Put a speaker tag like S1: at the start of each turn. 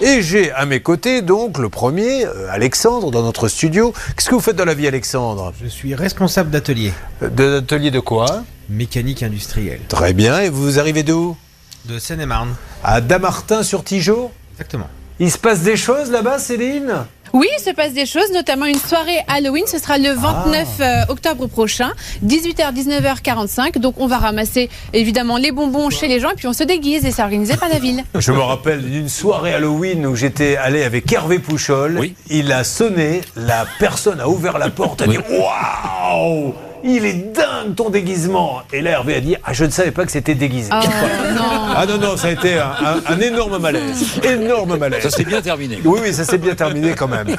S1: Et j'ai à mes côtés donc le premier, euh, Alexandre, dans notre studio. Qu'est-ce que vous faites dans la vie, Alexandre
S2: Je suis responsable d'atelier,
S1: Euh, De l'atelier de quoi
S2: mécanique industrielle,
S1: Très bien. Et vous arrivez d'où
S2: de Seine-et-Marne.
S1: À Damartin sur Tigeot
S2: Exactement.
S1: Il se passe des choses là-bas, Céline
S3: Oui, il se passe des choses, notamment une soirée Halloween. Ce sera le 29 euh, octobre prochain, 18h, 19h45. Donc, on va ramasser évidemment les bonbons chez les gens et puis on se déguise et c'est organisé par la ville.
S1: Je me rappelle d'une soirée Halloween où j'étais allé avec Hervé Pouchol.
S4: Oui.
S1: Il a sonné, la personne a ouvert la porte, a dit Waouh Il est dingue ton déguisement Et là, Hervé a dit Ah, je ne savais pas que c'était déguisé.
S3: Oh, non.
S1: Ah non, non, ça a été un, un- un énorme malaise. Énorme malaise.
S4: Ça s'est bien terminé.
S1: Oui, oui, ça s'est bien terminé quand même.